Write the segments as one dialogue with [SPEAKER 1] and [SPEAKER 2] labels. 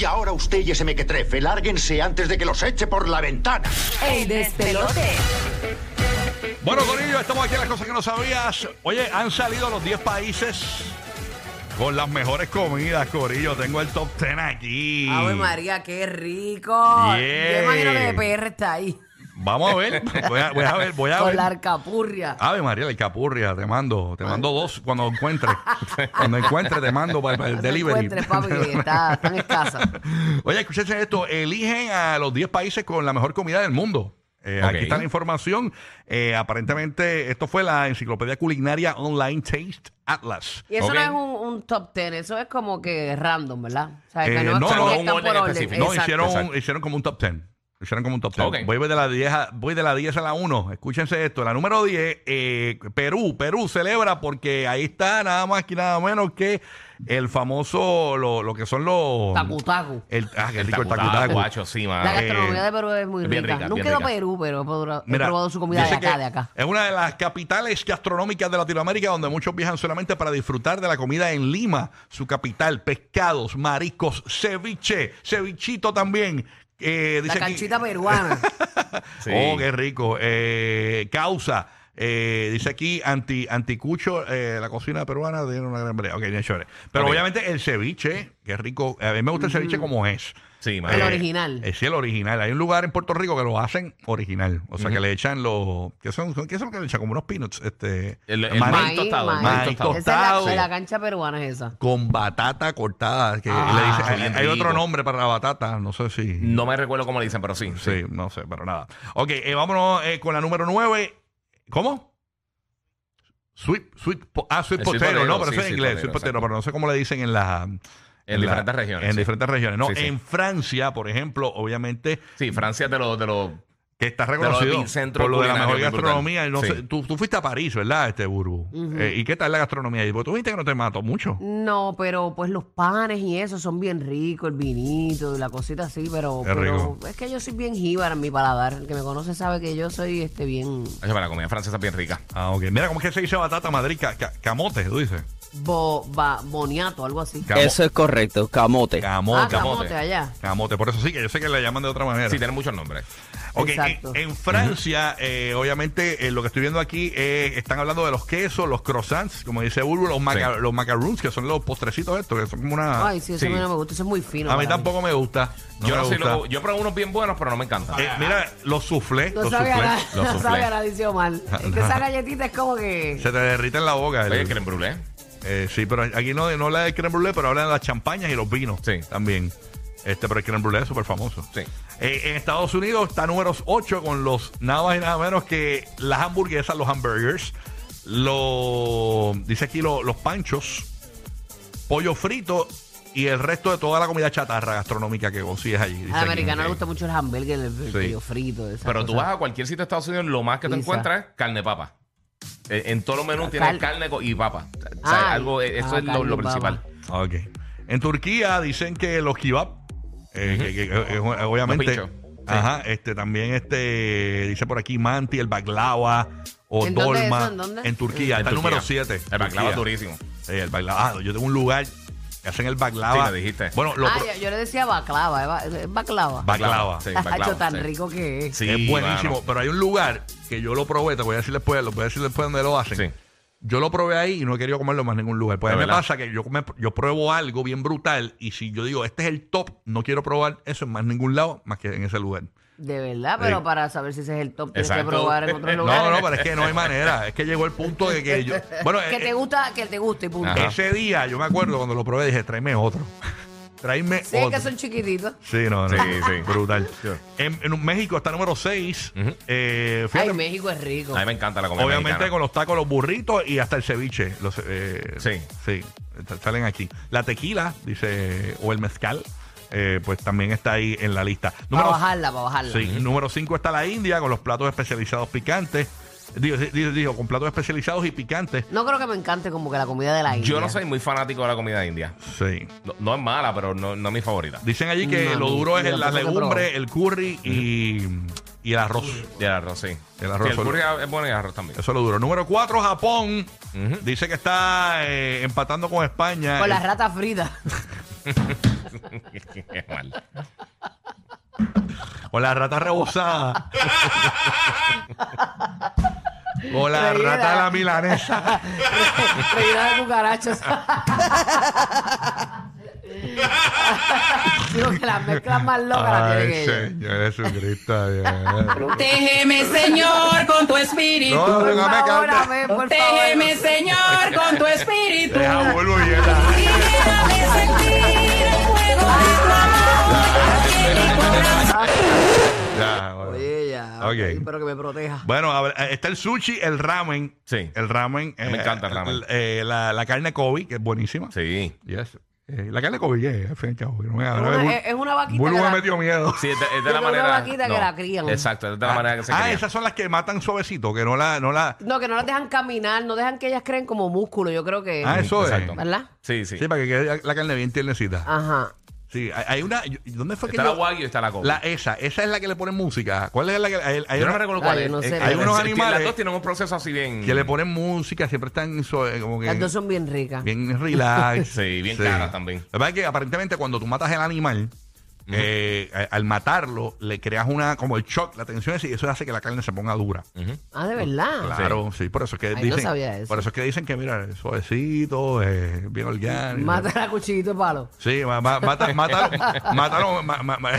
[SPEAKER 1] Y ahora usted y ese mequetrefe, lárguense antes de que los eche por la ventana.
[SPEAKER 2] El despelote.
[SPEAKER 3] Bueno, Corillo, estamos aquí en las cosas que no sabías. Oye, han salido los 10 países con las mejores comidas, Corillo. Tengo el top 10 aquí.
[SPEAKER 2] Ave María, qué rico.
[SPEAKER 3] Yeah.
[SPEAKER 2] Yo imagino que PR está ahí.
[SPEAKER 3] Vamos a ver. Voy a, voy a ver, voy a
[SPEAKER 2] Con
[SPEAKER 3] ver.
[SPEAKER 2] la arcapurria.
[SPEAKER 3] Ave María, el capurria, te mando, te mando dos cuando encuentre. cuando encuentre, te mando para, para el
[SPEAKER 2] No te
[SPEAKER 3] delivery.
[SPEAKER 2] encuentres, papi, está- están escasas.
[SPEAKER 3] Oye, escúchense esto. Eligen a los 10 países con la mejor comida del mundo. Eh, Aquí
[SPEAKER 4] Ok.
[SPEAKER 3] está la información. Eh, aparentemente, esto fue la enciclopedia culinaria Online Taste Atlas.
[SPEAKER 2] Y eso
[SPEAKER 4] Ok.
[SPEAKER 2] no es un, un top ten, eso es como que random, ¿verdad? O sea,
[SPEAKER 3] Eh,
[SPEAKER 2] que
[SPEAKER 3] no,
[SPEAKER 2] no,
[SPEAKER 3] no, no,
[SPEAKER 2] es
[SPEAKER 4] un
[SPEAKER 2] que están
[SPEAKER 4] orden
[SPEAKER 2] por orden.
[SPEAKER 4] específico.
[SPEAKER 3] No,
[SPEAKER 2] Exacto.
[SPEAKER 3] hicieron,
[SPEAKER 4] Exacto.
[SPEAKER 3] hicieron como un top 10. Hicieron como un top 10.
[SPEAKER 4] Ok.
[SPEAKER 3] Voy, de la 10 a- voy de la 10 a la 1. Escúchense esto. La número 10, eh, Perú. Perú celebra porque ahí está nada más y nada menos que el famoso, lo, lo que son los...
[SPEAKER 2] Tacu-tacu.
[SPEAKER 3] El, ah, qué
[SPEAKER 4] El
[SPEAKER 3] rico el
[SPEAKER 4] tacutaco,
[SPEAKER 3] tacu-tacu.
[SPEAKER 4] guacho, sí, mano.
[SPEAKER 2] La
[SPEAKER 3] eh,
[SPEAKER 2] gastronomía de Perú es muy
[SPEAKER 4] Ah, bien
[SPEAKER 2] rica.
[SPEAKER 4] rica,
[SPEAKER 2] Nunca
[SPEAKER 4] bien
[SPEAKER 2] he ido a
[SPEAKER 4] rica.
[SPEAKER 2] Perú, pero he probado- he
[SPEAKER 3] Mira,
[SPEAKER 2] probado su comida
[SPEAKER 3] yo
[SPEAKER 2] de
[SPEAKER 3] sé
[SPEAKER 2] acá,
[SPEAKER 3] que
[SPEAKER 2] de acá.
[SPEAKER 3] Es una de las capitales gastronómicas de Latinoamérica donde muchos viajan solamente para disfrutar de la comida en Lima, su capital, pescados, mariscos, ceviche, cevichito también. Eh,
[SPEAKER 2] La
[SPEAKER 3] dice aquí-
[SPEAKER 2] canchita peruana.
[SPEAKER 4] Sí.
[SPEAKER 3] Oh, qué rico. Eh, causa. Eh, dice aquí anti, anticucho, eh, la cocina peruana de una gran pelea. Ok, bien chévere. Pero
[SPEAKER 4] Ok.
[SPEAKER 3] obviamente el ceviche, que rico. A mí me gusta el ceviche como es.
[SPEAKER 4] Sí, mano.
[SPEAKER 2] El original.
[SPEAKER 3] Es el original. Hay un lugar en Puerto Rico que lo hacen original. O sea, que le echan los. ¿Qué son, son- qué son lo que le echan? Como unos peanuts. Este,
[SPEAKER 4] El, el
[SPEAKER 3] maíz.
[SPEAKER 4] maíz
[SPEAKER 2] Maíz,
[SPEAKER 4] tostado. El
[SPEAKER 2] maíz.
[SPEAKER 4] maíz tostado.
[SPEAKER 2] Esa es la,
[SPEAKER 3] Tostado.
[SPEAKER 2] la cancha peruana es esa.
[SPEAKER 3] Con batata cortada. Que
[SPEAKER 2] Ah,
[SPEAKER 3] le dicen-
[SPEAKER 4] eso es
[SPEAKER 3] hay-
[SPEAKER 4] bien
[SPEAKER 3] hay, otro
[SPEAKER 4] rico.
[SPEAKER 3] nombre para la batata. No sé si.
[SPEAKER 4] No me recuerdo cómo le dicen, pero sí.
[SPEAKER 3] Sí, no sé, pero nada. Ok, eh, vámonos eh, con la número 9. ¿Cómo? Sweet, sweet, po- ah, sweet
[SPEAKER 4] El sweet
[SPEAKER 3] potato,
[SPEAKER 4] potato,
[SPEAKER 3] no, pero eso
[SPEAKER 4] sí,
[SPEAKER 3] es en
[SPEAKER 4] sweet
[SPEAKER 3] inglés,
[SPEAKER 4] potato,
[SPEAKER 3] sweet potato,
[SPEAKER 4] exacto.
[SPEAKER 3] pero no sé cómo le dicen en las...
[SPEAKER 4] En diferentes regiones,
[SPEAKER 3] En
[SPEAKER 4] sí.
[SPEAKER 3] diferentes regiones, no.
[SPEAKER 4] Sí, sí.
[SPEAKER 3] En Francia, por ejemplo, obviamente,
[SPEAKER 4] Sí, Francia te lo, te lo
[SPEAKER 3] que está
[SPEAKER 4] lo
[SPEAKER 3] reconocido
[SPEAKER 4] epicentro
[SPEAKER 3] por lo de la
[SPEAKER 4] culinario,
[SPEAKER 3] mejor
[SPEAKER 4] bien
[SPEAKER 3] gastronomía.
[SPEAKER 4] brutal.
[SPEAKER 3] No
[SPEAKER 4] Sí.
[SPEAKER 3] sé, tú, tú fuiste a París, ¿verdad, este Burbu? Eh, ¿Y qué tal la gastronomía? ahí? Porque tú viste que no te mato mucho.
[SPEAKER 2] No, pero pues los panes y eso son bien ricos, el vinito, la cosita así, pero,
[SPEAKER 3] Qué
[SPEAKER 2] pero
[SPEAKER 3] rico.
[SPEAKER 2] es que yo soy bien jíbara en mi paladar. El que me conoce sabe que yo soy este bien
[SPEAKER 4] Oye, la comida francesa es bien rica.
[SPEAKER 3] Ah, ok. Mira, ¿cómo es que se dice batata madrid? Ca- ca- camote, tú dices.
[SPEAKER 2] bo- ba- boniato, algo así.
[SPEAKER 3] Camo-
[SPEAKER 5] Eso es correcto, camote.
[SPEAKER 2] Ah,
[SPEAKER 3] Camote.
[SPEAKER 2] camote allá.
[SPEAKER 3] Camote, por eso sí, que yo sé que le llaman de otra manera.
[SPEAKER 4] Sí, tiene muchos nombres.
[SPEAKER 3] Ok,
[SPEAKER 2] Exacto.
[SPEAKER 3] en, en Francia, eh, obviamente, eh, lo que estoy viendo aquí, eh, están hablando de los quesos, los croissants, como dice Burbu, los, maca- los macaroons, que son los postrecitos estos, que son como una...
[SPEAKER 2] Ay, sí, eso
[SPEAKER 4] sí.
[SPEAKER 2] a mí no me gusta, eso es muy fino.
[SPEAKER 3] a mí
[SPEAKER 2] para
[SPEAKER 3] tampoco me gusta. No
[SPEAKER 4] yo
[SPEAKER 3] me
[SPEAKER 4] no soy
[SPEAKER 3] gusta.
[SPEAKER 4] loco. Yo probé unos bien buenos, pero no me encantan.
[SPEAKER 3] Eh, mira, los soufflés,
[SPEAKER 2] No
[SPEAKER 3] los
[SPEAKER 2] sabe a
[SPEAKER 3] soufflés,
[SPEAKER 2] nada,
[SPEAKER 4] los
[SPEAKER 2] no sabe
[SPEAKER 4] soufflés.
[SPEAKER 2] a nada, dice Omar. Es que esa galletita es como que...
[SPEAKER 3] se te derrite en la boca. el-
[SPEAKER 4] Oye, el creme brûlée.
[SPEAKER 3] eh, sí, pero aquí no, no habla de creme brulee, pero habla de las champañas y los vinos
[SPEAKER 4] Sí.
[SPEAKER 3] también. Este, pero el creme brulee es súper famoso.
[SPEAKER 4] Sí.
[SPEAKER 3] Eh, en Estados Unidos está número 8 con los nada más y nada menos que las hamburguesas, los hamburgers, lo, dice aquí lo- los panchos, pollo frito y el resto de toda la comida chatarra gastronómica que consigues allí. dice
[SPEAKER 2] Al
[SPEAKER 3] aquí.
[SPEAKER 2] americano le
[SPEAKER 3] Sí.
[SPEAKER 2] gusta mucho el hamburger, el el
[SPEAKER 3] Sí.
[SPEAKER 2] pollo frito. esas
[SPEAKER 4] Pero tú
[SPEAKER 2] cosas.
[SPEAKER 4] vas a cualquier sitio de Estados Unidos, lo más que te
[SPEAKER 2] Pizza.
[SPEAKER 4] encuentras es carne papa. Eh, En todos los menús tienes
[SPEAKER 2] Cal-
[SPEAKER 4] carne co- y papa. O sea,
[SPEAKER 2] Ay.
[SPEAKER 4] algo, eh, eso
[SPEAKER 2] Ah,
[SPEAKER 4] es lo,
[SPEAKER 2] carne
[SPEAKER 4] lo
[SPEAKER 2] y
[SPEAKER 4] principal.
[SPEAKER 2] papa.
[SPEAKER 3] Ok. En Turquía dicen que los kebab, eh, que- que- que- que- obviamente.
[SPEAKER 4] Los pinchos. Sí.
[SPEAKER 3] Ajá, este también este dice por aquí manti, el baklava o
[SPEAKER 2] ¿En dónde
[SPEAKER 3] dolma
[SPEAKER 2] eso? ¿En dónde?
[SPEAKER 3] Turquía,
[SPEAKER 4] En
[SPEAKER 3] está el
[SPEAKER 4] Turquía.
[SPEAKER 3] número 7.
[SPEAKER 4] El baklava es durísimo.
[SPEAKER 3] Sí, el baklava. Ah, yo tengo un lugar que hacen el baklava.
[SPEAKER 4] Sí, lo dijiste.
[SPEAKER 3] Bueno, lo
[SPEAKER 2] Ah,
[SPEAKER 3] pro-
[SPEAKER 2] yo, yo le decía baclava, eh, ba- eh, baclava.
[SPEAKER 3] Bac- Baklava.
[SPEAKER 4] Sí,
[SPEAKER 2] Hacho,
[SPEAKER 4] baklava,
[SPEAKER 2] tan
[SPEAKER 4] sí.
[SPEAKER 2] rico que es.
[SPEAKER 4] Sí,
[SPEAKER 3] es buenísimo,
[SPEAKER 4] mano.
[SPEAKER 3] pero hay un lugar que yo lo probé, te voy a decir después, lo voy a decir después donde lo hacen.
[SPEAKER 4] Sí.
[SPEAKER 3] Yo lo probé ahí y no he querido comerlo más en ningún lugar. Pues a
[SPEAKER 4] De
[SPEAKER 3] mí me
[SPEAKER 4] verdad.
[SPEAKER 3] pasa que yo, me- yo pruebo algo bien brutal y si yo digo, este es el top, no quiero probar eso en más ningún lado más que en ese lugar.
[SPEAKER 2] De verdad, pero
[SPEAKER 3] Sí.
[SPEAKER 2] para saber si ese es el top, tienes
[SPEAKER 4] Exacto.
[SPEAKER 2] que probar en otro
[SPEAKER 3] No,
[SPEAKER 2] lugar.
[SPEAKER 3] no, pero es que no hay manera. Es que llegó el punto de que yo... Bueno,
[SPEAKER 2] que
[SPEAKER 3] eh,
[SPEAKER 2] te gusta, que te guste, y punto.
[SPEAKER 4] Ajá.
[SPEAKER 3] ese día yo me acuerdo cuando lo probé dije, tráeme otro. tráeme
[SPEAKER 2] Sí,
[SPEAKER 3] otro.
[SPEAKER 2] que son chiquititos.
[SPEAKER 3] Sí, no, no.
[SPEAKER 4] Sí, sí.
[SPEAKER 3] Brutal.
[SPEAKER 4] Sí.
[SPEAKER 3] En, en México está número eh, 6.
[SPEAKER 4] Ujú.
[SPEAKER 2] Ay, México es rico.
[SPEAKER 4] A mí me encanta la comida
[SPEAKER 3] Obviamente
[SPEAKER 4] mexicana.
[SPEAKER 3] con los tacos, los burritos y hasta el ceviche. Los, eh,
[SPEAKER 4] Sí.
[SPEAKER 3] Sí, t- salen aquí. La tequila, dice, o el mezcal. eh, pues también está ahí en la lista.
[SPEAKER 2] Para
[SPEAKER 3] Número-
[SPEAKER 2] bajarla, para bajarla.
[SPEAKER 3] Sí, número 5 está la India con los platos especializados picantes. Digo, sí, digo, digo, con platos especializados y picantes.
[SPEAKER 2] No creo que me encante como que la comida de la India.
[SPEAKER 4] Yo no soy muy fanático de la comida india.
[SPEAKER 3] Sí.
[SPEAKER 4] No, no es mala, pero no, no es mi favorita.
[SPEAKER 3] Dicen allí que
[SPEAKER 2] No,
[SPEAKER 3] lo
[SPEAKER 2] no,
[SPEAKER 3] duro es
[SPEAKER 2] yo
[SPEAKER 3] las
[SPEAKER 2] tampoco he
[SPEAKER 3] legumbres, el curry y, y el arroz.
[SPEAKER 4] Y el arroz, sí.
[SPEAKER 3] El arroz
[SPEAKER 4] Y el
[SPEAKER 3] solo.
[SPEAKER 4] curry es bueno y el arroz también.
[SPEAKER 3] Eso es lo duro. Número 4, Japón. Dice que está eh, empatando con España.
[SPEAKER 2] Con las
[SPEAKER 3] Eh,
[SPEAKER 2] ratas fritas.
[SPEAKER 4] Qué mal.
[SPEAKER 3] con las ratas rebozadas. con la
[SPEAKER 2] Reída.
[SPEAKER 3] rata de la milanesa.
[SPEAKER 2] Rellena de cucarachas. Digo que las mezclas más locas las tienen
[SPEAKER 3] Ay,
[SPEAKER 2] ellos.
[SPEAKER 3] Señor Jesucristo. Dios.
[SPEAKER 5] Protégeme, Señor, con tu espíritu.
[SPEAKER 3] No, no, no me
[SPEAKER 2] Ahora,
[SPEAKER 3] canta.
[SPEAKER 2] ven, por
[SPEAKER 5] Protégeme,
[SPEAKER 2] favor.
[SPEAKER 5] Señor, con tu espíritu.
[SPEAKER 3] Deja, vuelvo y era.
[SPEAKER 5] Y déjame sentir el fuego de tu
[SPEAKER 3] Ya, bueno.
[SPEAKER 2] Oye, ya.
[SPEAKER 3] Ok.
[SPEAKER 2] Pero que me proteja.
[SPEAKER 3] Bueno, a ver, eh, está el sushi, el ramen.
[SPEAKER 4] Sí.
[SPEAKER 3] El ramen.
[SPEAKER 4] Me encanta el ramen.
[SPEAKER 3] eh, la, la carne Kobe, que es buenísima.
[SPEAKER 4] Sí.
[SPEAKER 3] Yes. Eh, la carne Kobe, yeah, al fin y al cabo, no me
[SPEAKER 2] Es
[SPEAKER 3] hagas-
[SPEAKER 2] una- eh,
[SPEAKER 3] Bul-
[SPEAKER 2] es- es una vaquita
[SPEAKER 3] Bulu
[SPEAKER 2] que
[SPEAKER 3] me
[SPEAKER 2] la-
[SPEAKER 3] metió miedo.
[SPEAKER 4] Sí, es de, es de
[SPEAKER 2] Yo
[SPEAKER 4] la
[SPEAKER 2] tengo una
[SPEAKER 4] manera.
[SPEAKER 2] vaquita que la crían.
[SPEAKER 4] Exacto, es de la manera que se
[SPEAKER 3] ah,
[SPEAKER 4] crían.
[SPEAKER 3] esas son las que matan suavecito, que no la, no la.
[SPEAKER 2] No, que no las dejan caminar, no dejan que ellas creen como músculo, yo creo que.
[SPEAKER 3] Ah, eso
[SPEAKER 4] Exacto.
[SPEAKER 3] es.
[SPEAKER 2] ¿Verdad?
[SPEAKER 4] Sí,
[SPEAKER 3] Sí.
[SPEAKER 4] sí.
[SPEAKER 3] para que quede la- la carne bien tiernecita.
[SPEAKER 2] Ajá.
[SPEAKER 3] Sí, hay, hay una. yo- ¿Dónde fue
[SPEAKER 4] Está
[SPEAKER 3] que
[SPEAKER 4] la
[SPEAKER 3] yo-
[SPEAKER 4] wagyu y está la coca.
[SPEAKER 3] la- esa, esa es la que le ponen música. ¿Cuál es la que hay- hay
[SPEAKER 4] Yo no
[SPEAKER 3] una-
[SPEAKER 4] me recuerdo
[SPEAKER 2] Ah,
[SPEAKER 4] cuál
[SPEAKER 2] yo
[SPEAKER 4] es.
[SPEAKER 2] no sé.
[SPEAKER 4] Es-
[SPEAKER 2] Hay
[SPEAKER 4] es-
[SPEAKER 3] unos
[SPEAKER 4] es-
[SPEAKER 3] animales
[SPEAKER 4] Las dos tienen un proceso así bien.
[SPEAKER 3] que le ponen música? Siempre están suave, como que.
[SPEAKER 2] Las dos son bien ricas.
[SPEAKER 3] Bien relax.
[SPEAKER 4] Sí, bien cara también.
[SPEAKER 3] La verdad es que aparentemente cuando tú matas el animal, eh, a- al matarlo, le creas una, como el shock, la tensión esa, y eso hace que la carne se ponga dura.
[SPEAKER 2] Ah, de verdad.
[SPEAKER 3] Claro, sí. por eso es que
[SPEAKER 2] Ay, no
[SPEAKER 3] dicen.
[SPEAKER 2] sabía eso.
[SPEAKER 3] Por eso es que dicen que, mira, es suavecito, eh, bien orgánico.
[SPEAKER 2] Mata la cuchillito de palo.
[SPEAKER 3] Sí, ma- ma- mata- mátalo, mátalo, ma- ma- ma-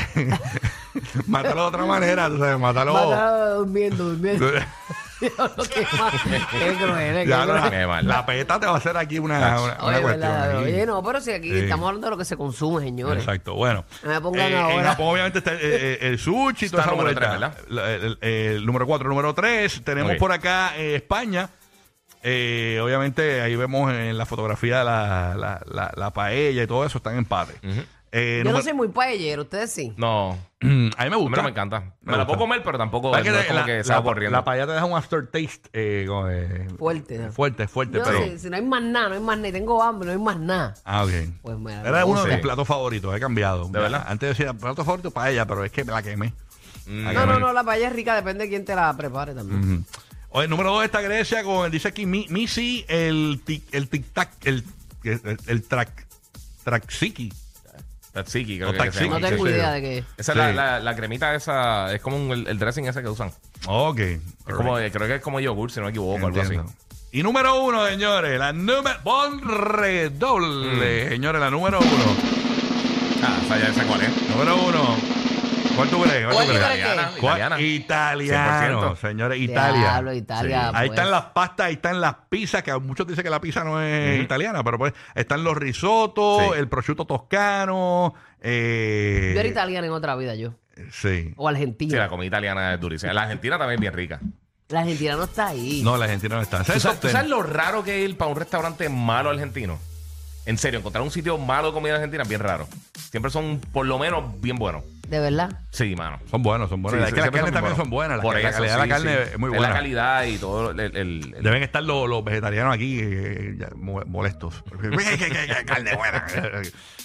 [SPEAKER 3] mátalo de otra manera, tú sabes, mátalo.
[SPEAKER 2] Mátala durmiendo, durmiendo. Diablo, qué mal. Qué cruel, eh, qué
[SPEAKER 3] Ya, no,
[SPEAKER 2] cruel.
[SPEAKER 4] Qué
[SPEAKER 3] la,
[SPEAKER 4] mal.
[SPEAKER 3] la peta te va a hacer aquí una,
[SPEAKER 4] Cacho.
[SPEAKER 3] una- una
[SPEAKER 2] Oye,
[SPEAKER 3] cuestión.
[SPEAKER 2] ¿verdad?
[SPEAKER 3] ahí.
[SPEAKER 2] Oye, no, pero si aquí
[SPEAKER 3] Sí.
[SPEAKER 2] estamos hablando de lo que se consume, señores.
[SPEAKER 3] Exacto, bueno.
[SPEAKER 2] No me pongan
[SPEAKER 3] Eh, En
[SPEAKER 2] ahora.
[SPEAKER 3] Japón obviamente está eh, eh, el, sushi,
[SPEAKER 4] Está
[SPEAKER 3] toda esa
[SPEAKER 4] número
[SPEAKER 3] vuelta.
[SPEAKER 4] tres, ¿verdad?
[SPEAKER 3] La- el, el- el número 4, número 3. Tenemos
[SPEAKER 4] Ok.
[SPEAKER 3] por acá eh, España. Eh, obviamente ahí vemos en la fotografía la, la, la, la paella y todo eso, están en empate. Eh,
[SPEAKER 2] Yo no
[SPEAKER 3] número-
[SPEAKER 2] soy muy paellero, ustedes sí.
[SPEAKER 4] No,
[SPEAKER 3] a mí me
[SPEAKER 4] a mí
[SPEAKER 3] gusta.
[SPEAKER 4] no me encanta. Me,
[SPEAKER 3] gusta.
[SPEAKER 4] la puedo comer, pero tampoco
[SPEAKER 3] ¿Sabes
[SPEAKER 4] es,
[SPEAKER 3] que
[SPEAKER 4] no es
[SPEAKER 3] la-
[SPEAKER 4] como
[SPEAKER 3] la-
[SPEAKER 4] que
[SPEAKER 3] la-
[SPEAKER 4] se va corriendo.
[SPEAKER 3] La paella te deja un aftertaste eh, como, eh,
[SPEAKER 2] Fuerte, ¿no?
[SPEAKER 3] Fuerte, fuerte,
[SPEAKER 2] Yo,
[SPEAKER 3] pero...
[SPEAKER 2] si, si no hay más nada, no hay más nada, y tengo hambre, no hay más nada.
[SPEAKER 3] Ah, ok.
[SPEAKER 2] Pues me la
[SPEAKER 3] Era uno
[SPEAKER 4] puse.
[SPEAKER 3] de mis platos favoritos, he cambiado.
[SPEAKER 4] ¿De verdad? Mm.
[SPEAKER 3] Antes decía plato favorito paella, pero es que me la quemé. La
[SPEAKER 2] No,
[SPEAKER 3] quemé.
[SPEAKER 2] no, no, la paella es rica, depende de quién te la prepare también.
[SPEAKER 3] Oye, número dos está Grecia con, dice aquí, Mi- Missy, el, tic- el tic-tac, el, el, el track, traxiki.
[SPEAKER 4] Tatsiki, creo
[SPEAKER 3] O
[SPEAKER 4] que se
[SPEAKER 3] tatsiki,
[SPEAKER 4] llama.
[SPEAKER 2] No
[SPEAKER 3] sí,
[SPEAKER 2] tengo
[SPEAKER 3] sí.
[SPEAKER 2] idea de qué.
[SPEAKER 3] Sí.
[SPEAKER 4] Esa es la, la, la cremita esa, es como un- el, el dressing ese que usan. Es
[SPEAKER 3] Ok.
[SPEAKER 4] como, creo que es como yogur, si no me equivoco, algo
[SPEAKER 3] Entiendo.
[SPEAKER 4] así.
[SPEAKER 3] Y número uno, señores, la número, pon
[SPEAKER 4] Mm.
[SPEAKER 3] redoble, señores, la número uno.
[SPEAKER 4] Ah, o sea, ya sé cuál es.
[SPEAKER 3] Número uno. ¿Cuál tú crees? ¿Cuál
[SPEAKER 2] ¿Cuál
[SPEAKER 3] tú
[SPEAKER 2] tú
[SPEAKER 3] crees?
[SPEAKER 2] crees?
[SPEAKER 4] Italiana,
[SPEAKER 3] ¿Cuál?
[SPEAKER 4] italiana.
[SPEAKER 3] Italiano,
[SPEAKER 4] 100%.
[SPEAKER 3] señores, Italia.
[SPEAKER 2] Diablo, Italia,
[SPEAKER 3] Ahí
[SPEAKER 2] pues.
[SPEAKER 3] están las pastas, ahí están las pizzas, que muchos dicen que la pizza no es italiana, pero pues están los risotos,
[SPEAKER 4] Sí.
[SPEAKER 3] el prosciutto toscano. Eh,
[SPEAKER 2] Yo era italiana en otra vida, yo.
[SPEAKER 3] Sí.
[SPEAKER 2] O
[SPEAKER 4] Sí,
[SPEAKER 2] argentina.
[SPEAKER 4] la comida italiana es durísima. La argentina también es bien rica.
[SPEAKER 2] La argentina no está ahí.
[SPEAKER 3] No, la Argentina no está.
[SPEAKER 4] ¿Tú
[SPEAKER 3] Eso
[SPEAKER 4] sabes, tú
[SPEAKER 3] ten-
[SPEAKER 4] sabes lo raro que es ir para un restaurante malo argentino? En serio, encontrar un sitio malo de comida argentina es bien raro. Siempre son, por lo menos, bien buenos.
[SPEAKER 2] De verdad.
[SPEAKER 4] Sí, mano.
[SPEAKER 3] Son buenos, son buenos.
[SPEAKER 4] Sí,
[SPEAKER 3] Es
[SPEAKER 4] sí,
[SPEAKER 3] que las
[SPEAKER 4] siempre
[SPEAKER 3] carnes también son buenas. La,
[SPEAKER 4] Por
[SPEAKER 3] la
[SPEAKER 4] eso,
[SPEAKER 3] calidad de la
[SPEAKER 4] sí,
[SPEAKER 3] carne
[SPEAKER 4] sí.
[SPEAKER 3] es muy
[SPEAKER 4] la
[SPEAKER 3] buena.
[SPEAKER 4] calidad y todo. El, el- el- el-
[SPEAKER 3] Deben estar los, los vegetarianos aquí eh, ya, mo- molestos. carne buena.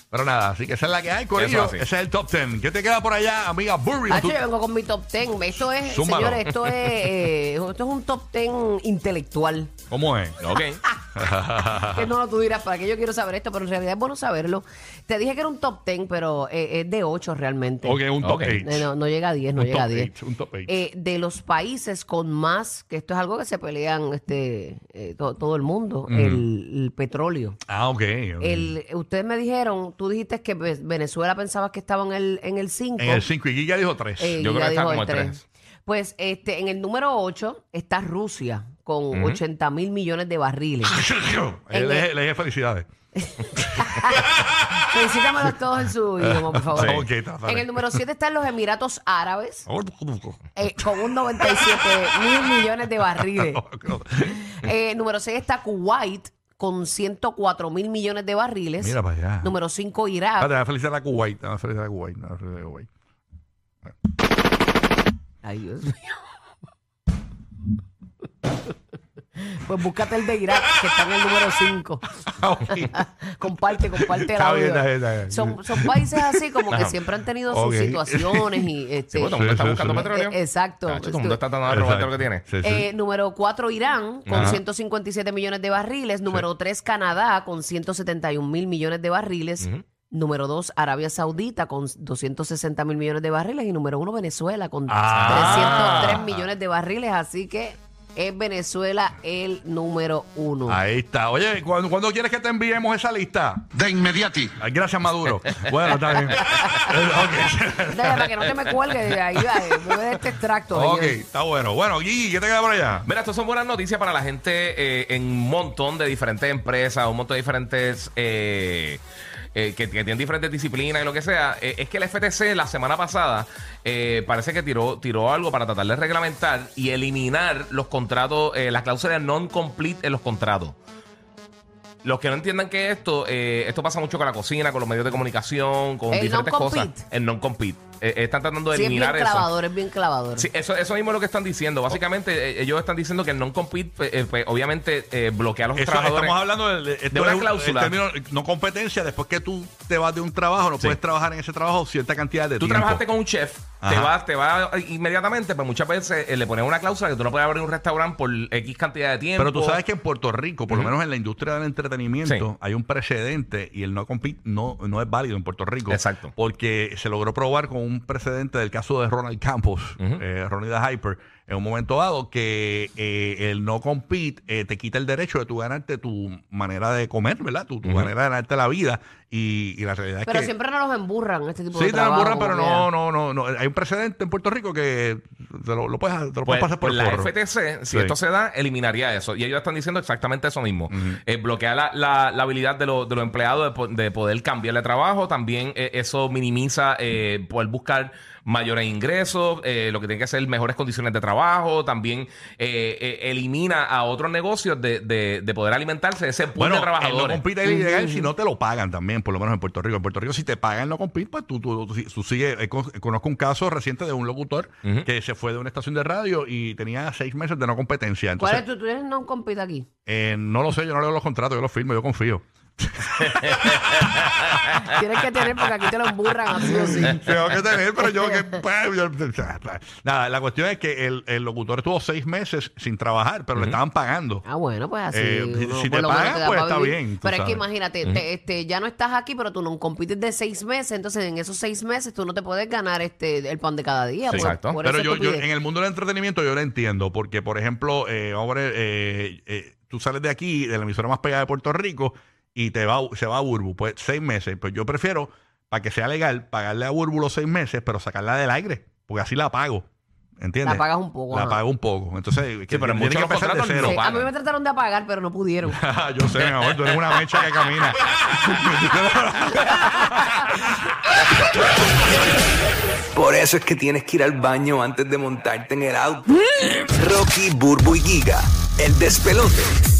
[SPEAKER 3] Pero nada, así que esa es la que hay, Corillo.
[SPEAKER 4] así.
[SPEAKER 3] Ese es el top 10. ¿Qué te queda por allá, amiga Burry?
[SPEAKER 2] Ah, yo vengo con mi top ten. Esto es,
[SPEAKER 3] Zúmbalo.
[SPEAKER 2] señores, esto es, eh, esto es un top ten intelectual.
[SPEAKER 3] ¿Cómo es?
[SPEAKER 4] Ok.
[SPEAKER 2] que no lo tú dirás, ¿para qué yo quiero saber esto? Pero en realidad es bueno saberlo. Te dije que era un top 10, pero eh, es de 8 realmente.
[SPEAKER 3] Ok, un top
[SPEAKER 4] Ok.
[SPEAKER 3] 8.
[SPEAKER 2] Eh, No, no llega a 10, no
[SPEAKER 3] Un
[SPEAKER 2] llega a
[SPEAKER 3] top
[SPEAKER 2] 10.
[SPEAKER 3] eight, un top eight.
[SPEAKER 2] Eh, de los países con más, que esto es algo que se pelean este eh, to- todo el mundo, el, el petróleo.
[SPEAKER 3] Ah, ok. ok.
[SPEAKER 2] El, ustedes me dijeron, tú dijiste que Ve- Venezuela pensabas que estaba en el, en el 5.
[SPEAKER 3] en el 5 y Giga dijo 3.
[SPEAKER 2] Eh,
[SPEAKER 4] Yo
[SPEAKER 2] ya
[SPEAKER 4] creo que está
[SPEAKER 2] dijo
[SPEAKER 4] como
[SPEAKER 2] el
[SPEAKER 4] el
[SPEAKER 2] tres.
[SPEAKER 4] tres.
[SPEAKER 2] Pues este, en el número 8 está Rusia con 80 mil millones de barriles. en
[SPEAKER 3] le,
[SPEAKER 2] el-
[SPEAKER 3] le dije felicidades.
[SPEAKER 2] Felicítamelos todos en su idioma, por favor.
[SPEAKER 3] Sí. Ok, está,
[SPEAKER 2] en
[SPEAKER 3] está bien.
[SPEAKER 2] el número 7 están los Emiratos Árabes
[SPEAKER 3] Oh,
[SPEAKER 2] eh, con un Ah. Eh, 97 mil millones de barriles. Eh, número 6 está Kuwait con 104 mil millones de barriles.
[SPEAKER 3] Mira para allá.
[SPEAKER 2] Número 5, Irak.
[SPEAKER 3] Ah, te va a felicitar a Kuwait. Te va a felicitar a Kuwait. te va a felicitar a Kuwait.
[SPEAKER 2] Ay, Dios mío. Pues búscate el de Irak, que está en el número 5.
[SPEAKER 3] Ah, ok.
[SPEAKER 2] comparte, comparte el
[SPEAKER 3] Está
[SPEAKER 2] audio.
[SPEAKER 3] bien, está bien, está bien.
[SPEAKER 2] Son, son países así como que
[SPEAKER 4] Ajá.
[SPEAKER 2] siempre han tenido
[SPEAKER 3] Ok.
[SPEAKER 2] sus situaciones y este,
[SPEAKER 4] Sí, porque todo el mundo
[SPEAKER 3] Sí,
[SPEAKER 4] está
[SPEAKER 3] sí,
[SPEAKER 4] buscando
[SPEAKER 3] sí.
[SPEAKER 4] petróleo.
[SPEAKER 2] Eh, exacto.
[SPEAKER 4] Cacho, todo el mundo está tratando de robarte
[SPEAKER 3] Exacto.
[SPEAKER 4] lo que tiene.
[SPEAKER 3] Sí, sí.
[SPEAKER 2] Eh, número 4, Irán, con
[SPEAKER 3] Ajá.
[SPEAKER 2] 157 millones de barriles. Número 3, Canadá, con 171 mil millones de barriles. Número 2, Arabia Saudita, con 260 mil millones de barriles. Y número 1, Venezuela, con
[SPEAKER 3] Ah.
[SPEAKER 2] 303 millones de barriles. Así que es Venezuela el número 1.
[SPEAKER 3] Ahí está. Oye, ¿cuándo, cuándo quieres que te enviemos esa lista?
[SPEAKER 1] De inmediati.
[SPEAKER 3] Ay, Gracias, Maduro. Bueno, está bien. Eh,
[SPEAKER 2] Para que no te me cuelgues de ahí, va, eh, bebe de este extracto.
[SPEAKER 3] ok, Ok,
[SPEAKER 2] eh.
[SPEAKER 3] está bueno. Bueno, Gigi, ¿qué te queda por allá?
[SPEAKER 4] Mira, estas son buenas noticias para la gente eh, en un montón de diferentes empresas, un montón de diferentes eh, eh, que, que tienen diferentes disciplinas y lo que sea. Eh, es que el FTC la semana pasada eh, parece que tiró, tiró algo para tratar de reglamentar y eliminar los contratos, eh, las cláusulas non-complete en los contratos. Los que no entiendan que esto, eh, esto pasa mucho con la cocina, con los medios de comunicación, con
[SPEAKER 2] El
[SPEAKER 4] diferentes cosas.
[SPEAKER 2] non-compete.
[SPEAKER 4] El non-compete. Eh, están tratando de
[SPEAKER 2] Sí, es bien
[SPEAKER 4] eliminar eso.
[SPEAKER 2] clavador, es bien clavador.
[SPEAKER 4] Sí, eso, eso mismo es lo que están diciendo. Básicamente, eh, ellos están diciendo que el non-compete, eh, pues, obviamente, eh, bloquea a los
[SPEAKER 3] Eso,
[SPEAKER 4] trabajadores.
[SPEAKER 3] estamos hablando de, esto
[SPEAKER 4] de una
[SPEAKER 3] es un-
[SPEAKER 4] cláusula.
[SPEAKER 3] el término no competencia, después que tú te vas de un trabajo, no
[SPEAKER 4] Sí.
[SPEAKER 3] puedes trabajar en ese trabajo cierta cantidad de
[SPEAKER 4] Tú
[SPEAKER 3] tiempo.
[SPEAKER 4] trabajaste con un chef, te
[SPEAKER 3] Ajá.
[SPEAKER 4] vas, te vas inmediatamente, pero muchas veces eh, le ponen una cláusula que tú no puedes abrir un restaurante por X cantidad de tiempo.
[SPEAKER 3] Pero tú sabes que en Puerto Rico, por lo menos en la industria del entretenimiento,
[SPEAKER 4] Sí.
[SPEAKER 3] hay un precedente y el no compete no, no es válido en Puerto Rico.
[SPEAKER 4] Exacto.
[SPEAKER 3] Porque se logró probar con un precedente del caso de Ronald Campos,
[SPEAKER 4] Ujú.
[SPEAKER 3] eh, Ronnie the Hyper, en un momento dado, que eh, el no compete eh, te quita el derecho de tú ganarte tu manera de comer, ¿verdad? Tu, tu manera de ganarte la vida. Y, y la realidad
[SPEAKER 2] Pero
[SPEAKER 3] es que.
[SPEAKER 2] siempre nos los emburran este tipo
[SPEAKER 3] Sí,
[SPEAKER 2] de
[SPEAKER 3] te la
[SPEAKER 2] trabajo.
[SPEAKER 3] emburran, pero
[SPEAKER 2] como
[SPEAKER 3] no,
[SPEAKER 2] que-
[SPEAKER 3] no, no, no. Hay un precedente en Puerto Rico que te lo, lo puedes, te lo
[SPEAKER 4] Pues,
[SPEAKER 3] puedes pasar por
[SPEAKER 4] pues
[SPEAKER 3] el
[SPEAKER 4] la
[SPEAKER 3] forro.
[SPEAKER 4] FTC, si
[SPEAKER 3] Sí.
[SPEAKER 4] esto se da, eliminaría eso. Y ellos están diciendo exactamente eso mismo. Eh, bloquear la, la- la habilidad de, lo- de los empleados de, po- de poder cambiar de trabajo. También eh, eso minimiza eh, poder buscar mayores ingresos, eh, lo que tiene que ser mejores condiciones de trabajo. También eh, eh, elimina a otros negocios de, de- de poder alimentarse de ese pool
[SPEAKER 3] Bueno,
[SPEAKER 4] de
[SPEAKER 3] el no
[SPEAKER 4] trabajadores.
[SPEAKER 3] compite es ilegal si no te lo pagan también, por lo menos en Puerto Rico. En Puerto Rico, si te pagan no compite, pues tú, tú, tú- tú sigues. Eh, con- Conozco un caso reciente de un locutor
[SPEAKER 4] Ujú.
[SPEAKER 3] que se fue de una estación de radio y tenía seis meses de no competencia.
[SPEAKER 2] ¿Cuál
[SPEAKER 3] Entonces,
[SPEAKER 2] es tu? ¿Tú tienes no compita aquí?
[SPEAKER 3] eh, no lo sé, yo no leo los contratos, yo los firmo, yo confío.
[SPEAKER 2] Tienes que tener porque aquí te lo emburran así o sí.
[SPEAKER 3] Tengo que tener, pero yo que. Nada, la cuestión es que el, el locutor estuvo seis meses sin trabajar, pero le estaban pagando.
[SPEAKER 2] Ah, bueno, pues así.
[SPEAKER 3] Eh, si-
[SPEAKER 2] uno
[SPEAKER 3] si
[SPEAKER 2] por
[SPEAKER 3] te
[SPEAKER 2] lo menos
[SPEAKER 3] pagan,
[SPEAKER 2] da
[SPEAKER 3] pues
[SPEAKER 2] pa'
[SPEAKER 3] está
[SPEAKER 2] vivir.
[SPEAKER 3] bien, tú
[SPEAKER 2] Pero es que
[SPEAKER 3] sabes.
[SPEAKER 2] imagínate, te- este, ya no estás aquí, pero tú no compites de seis meses. Entonces, en esos seis meses, tú no te puedes ganar este el pan de cada día.
[SPEAKER 4] Sí,
[SPEAKER 2] por-
[SPEAKER 4] exacto.
[SPEAKER 2] por
[SPEAKER 3] Pero
[SPEAKER 2] esa
[SPEAKER 3] yo, yo-
[SPEAKER 2] estupidez.
[SPEAKER 3] en el mundo del entretenimiento yo lo entiendo, porque por ejemplo, eh, vamos a poner, eh, eh, tú sales de aquí, de la emisora más pegada de Puerto Rico, y te va, se va a Burbu, pues seis meses. Pues yo prefiero, para que sea legal, pagarle a Burbu los seis meses, pero sacarla del aire, porque así la pago. ¿Entiendes?
[SPEAKER 2] La pagas un poco,
[SPEAKER 3] La
[SPEAKER 2] ajá.
[SPEAKER 3] pago un poco. Entonces, que
[SPEAKER 4] pero en
[SPEAKER 3] tiene que
[SPEAKER 4] muchos los
[SPEAKER 3] empezar de
[SPEAKER 4] contratos
[SPEAKER 3] cero.
[SPEAKER 4] no
[SPEAKER 2] Sí, a mí me trataron de apagar, pero no pudieron.
[SPEAKER 3] yo sé, mi amor, tú eres una mecha que camina.
[SPEAKER 6] Por eso es que tienes que ir al baño antes de montarte en el auto. Rocky, Burbu y Giga, el despelote.